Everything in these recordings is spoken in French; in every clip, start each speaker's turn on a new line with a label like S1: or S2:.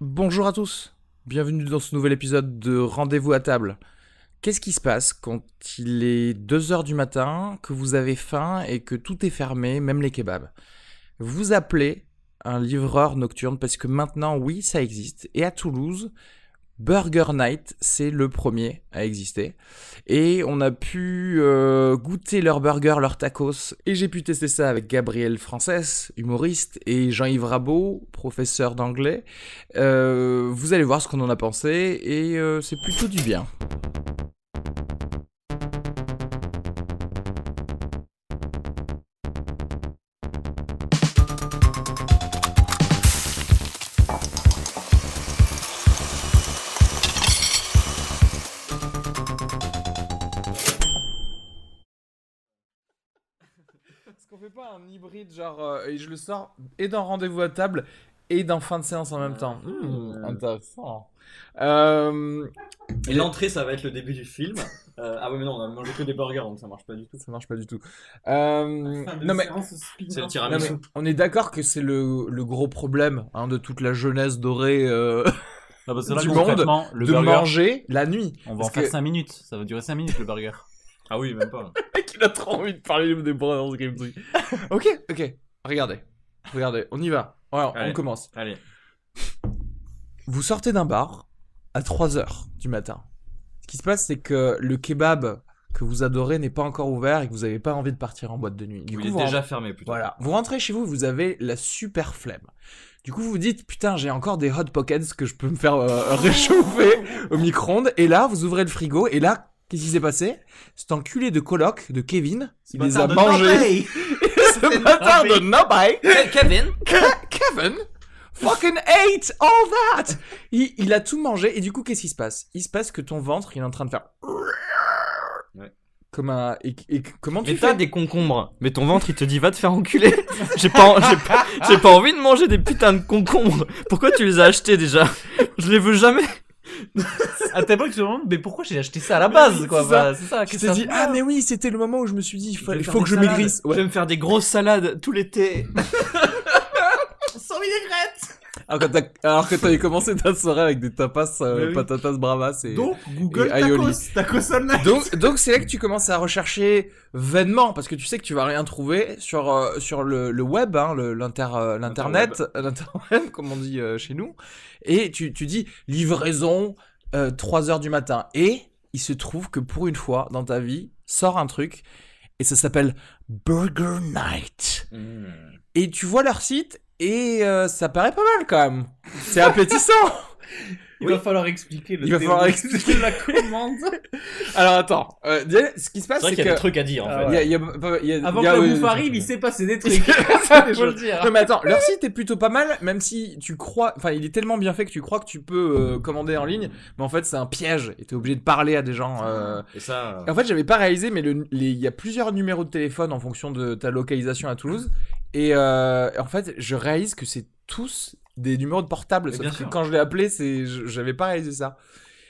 S1: Bonjour à tous, bienvenue dans ce nouvel épisode de Rendez-vous à table. Qu'est-ce qui se passe quand il est 2h du matin, que vous avez faim et que tout est fermé, même les kebabs Vous appelez un livreur nocturne parce que maintenant, oui, ça existe. Et à Toulouse, Burger Night, c'est le premier à exister. Et on a pu euh, goûter leurs burgers, leurs tacos. Et j'ai pu tester ça avec Gabriel Frances, humoriste, et Jean-Yves Rabot, professeur d'anglais. Euh, vous allez voir ce qu'on en a pensé, et euh, c'est plutôt du bien. Est-ce qu'on fait pas un hybride, genre, euh, et je le sors et dans rendez-vous à table et dans fin de séance en même temps Hmm, Intéressant. Euh,
S2: Et l'entrée, ça va être le début du film. Euh, ah ouais, mais non, on a mangé que des burgers, donc ça marche pas du tout.
S1: ça marche pas du tout. Euh, non, mais
S2: C'est le
S1: Non, mais
S2: tiramisu.
S1: on est d'accord que c'est le, le gros problème hein, de toute la jeunesse dorée euh,
S3: Non, Ah, parce que là,
S1: du
S3: concrètement, le
S1: de
S3: burger,
S1: manger la nuit.
S3: on va en
S1: parce
S3: faire
S1: que-
S3: 5 minutes. Ça va durer 5 minutes le burger.
S2: Ah oui, même pas.
S1: Il a trop envie de parler des Brothers Grimm truc. ok, ok. Regardez. Regardez, on y va. Alors, on
S2: Allez.
S1: commence.
S2: Allez.
S1: Vous sortez d'un bar à 3h du matin. Ce qui se passe, c'est que le kebab que vous adorez n'est pas encore ouvert et que vous n'avez pas envie de partir en boîte de nuit. Du
S2: il
S1: coup,
S2: est
S1: vous
S2: déjà fermé plutôt.
S1: Voilà, vous rentrez chez vous, vous avez la super flemme. Du coup, vous vous dites, putain, j'ai encore des hot pockets que je peux me faire euh, réchauffer au micro-ondes. Et là, vous ouvrez le frigo, et là, qu'est-ce qui s'est passé Cet enculé de coloc de Kevin, il les a mangés. Ce bâtard de Nobby
S2: Kevin
S1: Kevin fucking ate all that il, il a tout mangé et du coup qu'est-ce qui se passe Il se passe que ton ventre il est en train de faire
S2: Ouais.
S1: comme un et, et comment
S4: Mais
S1: tu
S4: t'as
S1: fais
S4: des concombres, mais ton ventre il te dit va te faire enculer. J'ai pas, en- j'ai pas, j'ai pas envie de manger des putains de concombres. Pourquoi tu les as achetés déjà Je les veux jamais.
S3: À tel point que je me demande, mais pourquoi j'ai acheté ça à la base quoi
S1: C'est
S3: voilà, C'est ça.
S1: Tu
S3: qu'est-ce
S1: t'es
S3: que
S1: dit
S3: ça-
S1: ah mais oui c'était le moment où je me suis dit il faut,
S3: vais
S1: il
S3: faire
S1: faut que
S3: des
S1: je
S3: salades.
S1: maigrisse
S4: Je
S1: ouais.
S4: vais me faire des grosses salades tout l'été.
S1: alors que Ah, t'as- alors que t'avais commencé ta soirée avec des tapas euh,
S3: Mais oui.
S1: patatas bravas et
S3: Donc, Google
S1: et aioli.
S3: tacos, tacos online.
S1: donc donc c'est là que tu commences à rechercher vainement parce que tu sais que tu vas rien trouver sur euh, sur le, le web hein, le- l'inter euh, l'internet euh, l'interweb comme on dit euh, chez nous et tu, tu dis livraison 3 heures du matin et il se trouve que pour une fois dans ta vie sort un truc et ça s'appelle Burger Night
S2: Hmm.
S1: et tu vois leur site et euh, ça paraît pas mal quand même c'est appétissant
S5: Il va falloir expliquer le
S1: Il va
S5: thé-
S1: falloir expliquer.
S5: la commande.
S1: alors attends euh, déjà, ce qui se
S2: C'est
S1: passe
S2: vrai
S1: c'est
S2: qu'il y a
S1: que
S2: des trucs à dire en
S5: Ah
S2: fait.
S5: ouais.
S1: il y a- il y a- il y a-
S5: Avant
S1: il
S5: que
S1: y a-
S5: la
S1: oui,
S5: bouffe
S1: oui,
S5: arrive,
S1: oui.
S5: il s'est passé des trucs. Faut le dire.
S1: Non mais attends, leur site est plutôt pas mal, même si tu crois, enfin il est tellement bien fait que tu crois que tu peux euh, commander en ligne, mais en fait c'est un piège. Et t'es obligé de parler à des gens. euh.
S2: Et ça. euh,
S1: En fait j'avais pas réalisé, mais le- les- il y a plusieurs numéros de téléphone en fonction de ta localisation à Toulouse. Et euh, en fait je réalise que c'est tous des numéros de portable.
S2: Mais
S1: Sauf
S2: bien
S1: que
S2: sûr.
S1: quand je l'ai appelé, c'est, je- j'avais pas réalisé ça.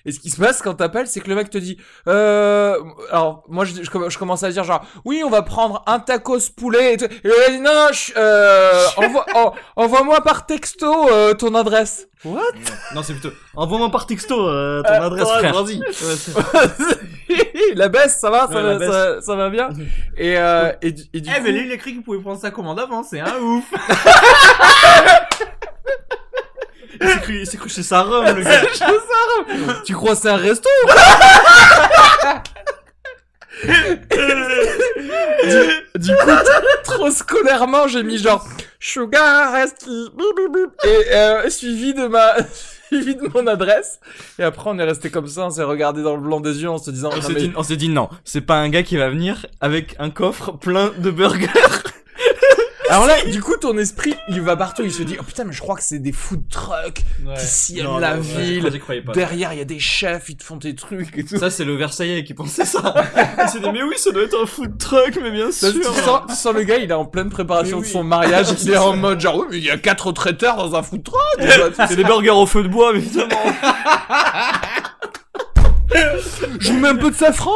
S1: Et ce qui se passe quand t'appelles, c'est que le mec te dit, euh, alors moi je, je comm- je commence à dire genre, oui on va prendre un tacos poulet. Et, tout. Et le mec dit, non non, je- euh, envoie- en- envoie-moi par texto euh, ton adresse. What
S2: Non, c'est plutôt.
S4: Envoie-moi par texto euh, ton adresse,
S1: ouais,
S4: frère.
S1: vas-y.
S4: Ouais, c'est-
S1: La baisse, ça va, ça,
S2: Ouais,
S1: va
S2: la
S1: ça, ça va bien. Et euh, et, du- et du
S5: Eh,
S1: coup,
S5: mais lui, il a écrit qu'il pouvait prendre sa commande avant, c'est un ouf.
S4: Il s'est cru, il s'est cru chez sa rhum, le gars.
S1: tu crois que c'est un resto du, du coup, t- trop scolairement, j'ai mis genre Sugar reste et euh, suivi de ma suivi de mon adresse. Et après, on est resté comme ça, on s'est regardé dans le blanc des yeux en se disant
S4: On
S1: non,
S4: s'est
S1: mais-
S4: dit, on s'est dit non, c'est pas un gars qui va venir avec un coffre plein de burgers.
S1: Alors là, du coup, ton esprit, il va partout. Il se dit oh putain, mais je crois que c'est des food trucks qui sillonnent
S2: Non,
S1: la
S2: non, ouais,
S1: ville.
S2: je crois- j'y croyais pas.
S1: Derrière, il y a des chefs, ils te font des trucs et tout.
S4: Ça, c'est le Versaillais qui pensait ça. Il s'est dit, mais oui, ça doit être un food truck, mais bien
S1: Ça,
S4: sûr.
S1: tu, sens, tu sens le gars, il est en pleine préparation
S4: Mais
S1: de
S4: oui.
S1: son mariage, il est en mode genre, oui, mais il y a quatre traiteurs dans un food truck. tu vois, tu sais.
S4: C'est des burgers au feu de bois, évidemment.
S1: Je vous mets un peu de safran.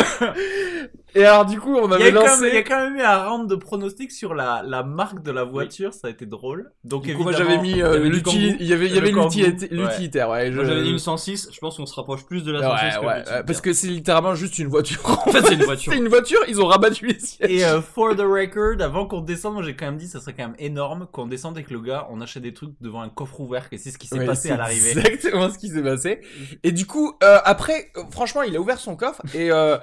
S1: Et alors, du coup, on
S5: Il y, a
S1: avait
S5: quand même, il y a
S1: lancé.
S5: quand même eu un round de pronostics sur la, la marque de la voiture, ça a été drôle. Donc
S1: Du coup,
S5: évidemment,
S1: moi, j'avais mis
S5: il y
S1: euh,
S5: avait du
S1: l'utili-
S5: kangou.
S1: il y avait, il y avait
S5: le kangou,
S1: l'utilité-
S5: ouais.
S1: l'utilitaire, ouais. je-
S2: Moi j'avais dit une 106, je pense qu'on se rapproche plus de la
S1: Ouais,
S2: 106 que
S1: ouais, ouais,
S2: de la
S1: parce que c'est littéralement juste une voiture.
S4: En fait, c'est une
S1: c'est
S4: voiture.
S1: une voiture, ils ont rabattu les sièges.
S5: Et euh, for the record, avant qu'on descende, moi j'ai quand même dit ça serait quand même énorme qu'on descende et que le gars on achète des trucs devant un coffre ouvert, que c'est ce qui s'est
S1: Ouais,
S5: passé à l'arrivée.
S1: C'est exactement ce qui s'est passé. Et du coup, euh, après, euh, franchement, il a ouvert son coffre et euh,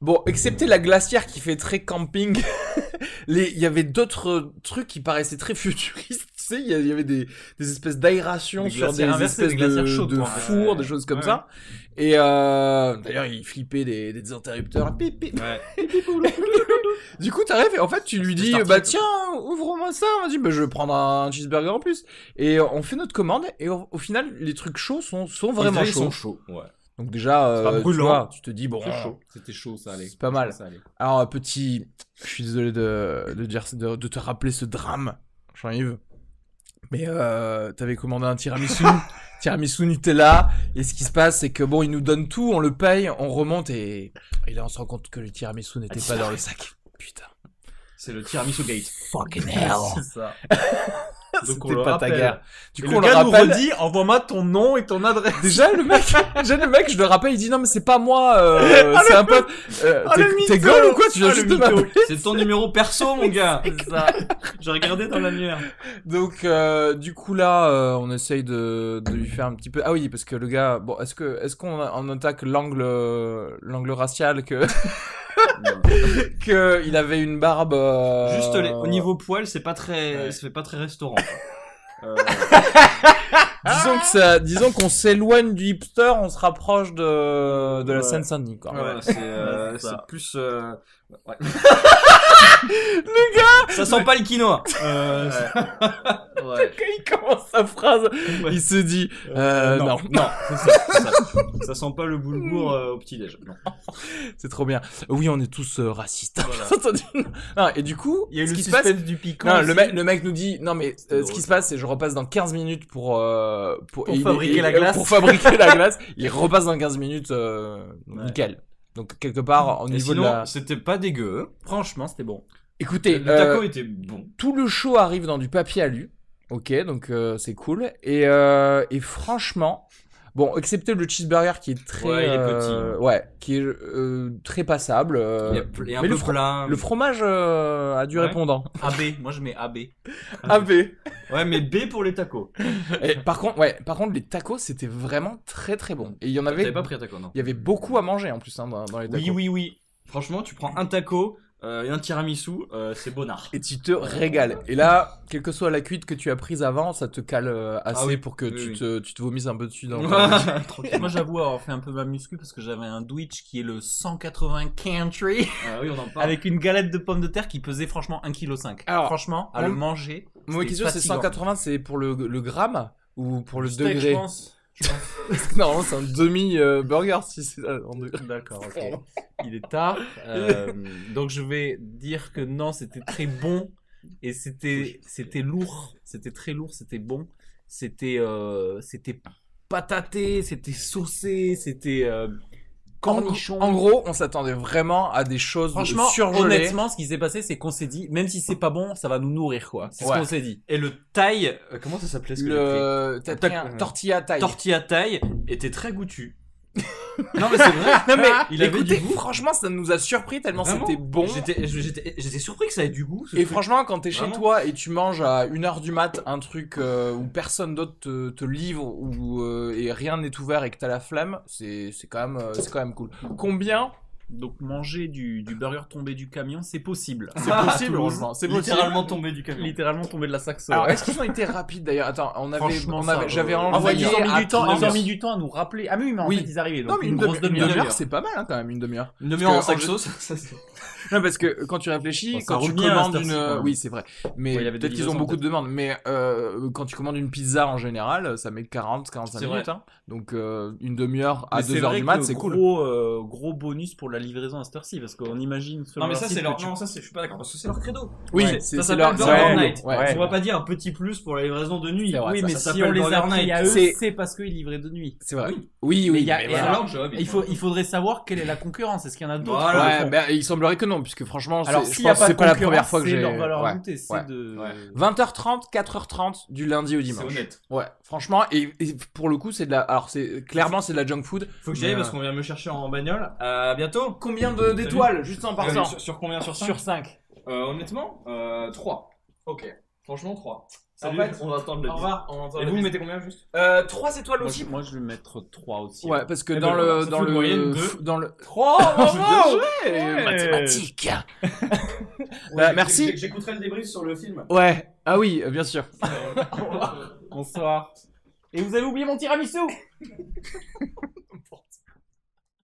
S1: bon, excepté la glacière qui fait très camping, les- il y avait d'autres trucs qui paraissaient très futuristes. Tu sais, il y a- il y avait des, des espèces d'aération
S5: Des
S1: sur des
S5: glacières inversées,
S1: espèces
S5: des
S1: de,
S5: glacières chaudes,
S1: de
S5: quoi, en fait.
S1: fours, des choses comme
S5: Ouais,
S1: ça. Et euh, d'ailleurs, il flippait des, des interrupteurs. Pip, pip.
S4: Ouais.
S1: Du coup, t'arrives et en fait, tu lui dis,
S4: Star Trek,
S1: bah
S4: quoi.
S1: tiens, ouvre-moi ça. Vas-y, bah, je vais prendre un cheeseburger en plus. Et on fait notre commande et au, au final, les trucs chauds sont, sont vraiment
S4: Ils
S1: chauds.
S4: sont chauds. Ouais.
S1: Donc déjà, euh,
S4: pas
S1: tu
S4: brûlant.
S1: vois, tu te dis bon,
S5: C'était chaud, ça allait.
S1: c'est pas mal.
S5: Ça allait.
S1: Alors euh, petit, je suis désolé de de, dire, de, de te rappeler ce drame, Jean-Yves. Mais euh, t'avais commandé un tiramisu, tiramisu Nutella. Et ce qui se passe, c'est que bon, il nous donne tout, on le paye, on remonte et, et là, on se rend compte que le tiramisu n'était pas dans le sac. Putain.
S2: C'est le tiramisu gate.
S1: Fucking hell.
S5: C'est ça.
S1: Donc
S5: on le
S1: pas ta
S5: rappelle.
S1: guerre. Du
S5: Du
S1: coup,
S5: coup,
S1: on
S5: le
S1: le
S5: gars nous
S1: rappelle.
S5: redit envoie-moi ton nom et ton adresse.
S1: Déjà le mec, déjà le mec, je le rappelle, il dit non mais c'est pas moi,
S5: Ah,
S1: euh, c'est un pote. Euh,
S5: Oh,
S1: t'es-
S5: le
S1: T'es
S5: mytho.
S1: gueule ou quoi Tu viens
S5: Oh, le
S1: juste de
S5: mytho.
S1: m'appeler.
S2: C'est ton numéro perso, mon gars.
S5: C'est ça.
S2: J'ai regardé dans l'annuaire.
S1: Donc euh, du coup là, euh, on essaye de, de lui faire un petit peu. Ah oui, parce que le gars, bon, est-ce que est-ce qu'on a- on attaque l'angle euh, l'angle racial que que il avait une barbe. euh,
S2: Juste les- au niveau poil, c'est pas très, c'est pas très restaurant. quoi. Euh,
S1: Disons que ça, disons qu'on s'éloigne du hipster, on se rapproche de de la
S2: Ouais.
S1: Seine Saint Denis quoi.
S2: ouais, c'est euh,
S5: Ouais, c'est ça.
S2: c'est plus. euh, ouais. le gars. Ça sent pas le quinoa. Euh,
S5: Ouais.
S1: Quand il commence sa phrase, il se dit euh, non.
S2: non. c'est ça, c'est ça. Ça sent pas le boulgour euh, au petit déj. Non.
S1: C'est trop bien. Oui, on est tous euh, racistes.
S2: Voilà.
S1: Bien entendu. Non, et du coup,
S5: Il y a eu
S1: ce
S5: le
S1: qui se passe,
S5: suspense du piquant.
S1: non, le,
S5: aussi.
S1: mec, le mec nous dit, non mais euh, ce
S5: drôle,
S1: qui se passe, c'est je repasse dans 15 minutes pour euh,
S5: Pour
S1: et il-
S5: fabriquer
S1: et-
S5: la
S1: euh,
S5: glace.
S1: Pour fabriquer la glace, il repasse dans 15 minutes, euh, donc
S2: Ouais.
S1: nickel. Donc quelque part au
S2: Et
S1: niveau
S2: sinon,
S1: de la.
S2: c'était pas dégueu.
S5: Franchement, c'était bon.
S1: Écoutez,
S2: le
S1: euh,
S2: taco était bon.
S1: tout le show arrive dans du papier alu. Ok, donc euh, c'est cool. Et, euh, et franchement, bon, excepté le cheeseburger qui est très,
S2: Ouais, il est petit.
S1: euh, ouais, qui est euh, très passable. euh,
S2: Il y a pl- il y a un
S1: mais
S2: peu
S1: le fro-
S2: plat.
S1: Le fromage euh, a du
S2: Ouais.
S1: répondant.
S5: AB, moi je mets AB.
S1: AB.
S2: Ouais, mais B pour les tacos.
S1: Et par contre, ouais, par contre, les tacos c'était vraiment très très bon. Et il y en avait,
S2: T'avais pas pris un taco, non
S1: il y avait beaucoup à manger en plus hein, dans, dans les tacos.
S2: Oui, oui, oui. Franchement, tu prends un taco euh, et un tiramisu, euh, c'est bonnard.
S1: Et tu te régales. Et là, quelle que soit la cuite que tu as prise avant, ça te cale euh, assez
S2: Ah oui,
S1: pour que
S2: oui,
S1: tu,
S2: oui.
S1: Te, tu te vomisses un peu dessus. Dans
S2: Tranquille.
S5: Moi j'avoue avoir fait un peu ma muscu parce que j'avais un Twitch qui est le 180 country
S2: Ah oui, on en parle.
S5: avec une galette de pommes de terre qui pesait franchement 1,5 kg.
S1: Alors,
S5: Franchement, à
S1: on-
S5: le manger.
S1: Moi,
S5: c'était
S1: question, c'est
S5: fatigant.
S1: 180, c'est pour le, le gramme ou pour le
S5: Steak,
S1: degré
S5: je pense. Je pense.
S1: Parce que normalement, c'est un demi-burger si c'est euh, en degré.
S5: D'accord, ok. Il est tard. euh, donc je vais dire que non, c'était très bon. Et c'était, c'était lourd. C'était très lourd, c'était bon. C'était, euh, c'était pataté, c'était saucé, c'était euh, cornichon.
S1: En gros, on s'attendait vraiment à des choses
S5: Franchement,
S1: surgelées.
S5: honnêtement, ce qui s'est passé, c'est qu'on s'est dit, même si c'est pas bon, ça va nous nourrir, quoi. C'est
S1: Ouais.
S5: ce qu'on s'est dit.
S2: Et le taille, euh, comment ça s'appelait ce que j'ai pris
S1: Le t'as pris un
S2: Tac-
S1: tortilla taille.
S2: Tortilla taille était très goûtu. non mais c'est vrai.
S1: Non mais
S2: Il avait
S1: Ah, écoutez,
S2: du goût.
S1: franchement, ça nous a surpris tellement
S2: Vraiment.
S1: c'était bon.
S2: J'étais, j'étais, j'étais surpris que ça ait du goût. ce
S1: Et
S2: truc.
S1: franchement, quand t'es chez
S2: Vraiment.
S1: toi et tu manges à 1h du mat un truc euh, où personne d'autre te, te livre ou, euh, et rien n'est ouvert et que t'as la flamme, c'est c'est quand, même, euh, c'est quand même cool. Combien
S5: Donc manger du, du burger tombé du camion, c'est possible.
S1: C'est possible, heureusement. C'est possible.
S2: littéralement tombé du camion.
S5: Littéralement tombé de la saxo.
S1: Alors,
S5: ouais.
S1: est-ce qu'ils ont été rapides d'ailleurs Attends, on avait,
S5: Franchement,
S1: on
S5: ça,
S1: avait,
S5: euh,
S1: j'avais
S5: En fait,
S1: envoyé
S5: ils ont
S1: à
S5: mis du temps, ils ont
S1: 30.
S5: mis du temps à nous rappeler. Ah mais oui, mais en
S1: Oui.
S5: fait, ils arrivaient. Donc
S1: Non mais une, demi-
S5: grosse
S1: une demi-heure,
S5: demi-heure.
S1: c'est pas mal hein, quand même une demi-heure.
S2: Une demi-heure en
S1: Parce que-
S2: sac sauce. ça, c'est-
S1: Non, parce que quand tu réfléchis,
S2: Bon, ça
S1: quand tu
S2: roule bien,
S1: commandes
S2: à
S5: hein,
S2: cette
S1: une. euh,
S2: heure-ci, quand même.
S1: Oui, c'est vrai. Mais
S2: Ouais, il y avait des
S1: peut-être qu'ils ont
S2: livraisons,
S1: beaucoup de demandes. Mais euh, quand tu commandes une pizza en général, ça met 40, 45
S2: C'est
S1: minutes. hein. Donc euh, une demi-heure à
S5: Mais c'est
S1: 2 heures
S5: vrai
S1: du mat,
S5: que
S1: c'est cool.
S5: Gros, euh, gros bonus pour la livraison à cette heure-ci parce qu'on imagine sur
S2: Non, mais ça,
S5: site
S2: c'est
S5: que
S2: leur.
S5: tu-
S2: Non, ça, c'est- je suis pas d'accord parce que c'est leur credo.
S1: Oui,
S2: Ouais,
S1: c'est
S2: ça
S1: c'est
S2: s'appelle
S1: leur.
S2: Burger
S1: ouais,
S2: Night.
S1: ouais.
S2: On va pas dire un petit plus pour la livraison de nuit.
S1: C'est vrai,
S5: Oui,
S1: ça,
S5: mais
S2: ça
S5: si
S2: s'appelle
S5: on les
S2: Burger
S5: a pris à
S2: Night.
S5: eux,
S1: C'est-
S5: c'est parce qu'ils livraient de nuit.
S1: C'est vrai.
S2: Oui.
S1: Oui,
S5: Mais
S1: oui.
S5: il y a-
S1: mais
S5: et
S2: C'est
S1: voilà.
S2: leur job.
S5: Il, faut, il faudrait savoir quelle est la concurrence. Est-ce qu'il y en a d'autres
S2: Voilà.
S5: qui le
S1: Ouais,
S5: font
S1: bah, il semblerait que non, puisque franchement,
S5: Alors,
S1: c'est- je
S5: s'il n'y a
S1: pense que
S5: pas
S1: c'est
S5: de
S1: pas la première fois que
S5: c'est
S1: j'ai.
S5: leur valeur
S1: ouais.
S5: ajoutée, c'est
S1: ouais.
S5: de.
S2: Ouais.
S1: 20h30, 4h30 du lundi au
S2: C'est
S1: dimanche.
S2: honnête.
S1: Ouais, franchement, et, et pour le coup, c'est de la. Alors, c'est clairement, c'est de la junk food.
S2: Faut que j'y aille
S1: Mais,
S2: parce qu'on vient me chercher en bagnole. Euh, À bientôt.
S1: Combien de- d'étoiles, juste en
S2: Euh,
S1: partant
S2: sur, sur combien Sur 5
S3: Sur 5.
S2: Euh, honnêtement, euh, 3. Ok. Franchement, 3.
S5: Salut.
S2: En fait, on va attendre le
S5: Au
S2: 10.
S5: revoir.
S2: Et vous, vous mettez combien juste
S1: euh, 3 étoiles
S5: Moi,
S1: aussi.
S5: je, moi, je vais mettre 3 aussi.
S1: Ouais, parce que
S2: Eh
S1: dans
S2: ben,
S1: le.
S2: ça
S1: Dans
S2: fait une moyenne
S1: le,
S2: de-
S1: f- dans le.
S5: Oh, bravo Ouais.
S1: Mathématiques
S2: Ouais,
S1: Euh,
S2: j'ai-
S1: merci.
S2: j'ai- J'écouterai le débrief sur le film.
S1: Ouais, ah oui, euh, bien sûr.
S5: Bonsoir. Et vous avez oublié mon tiramisu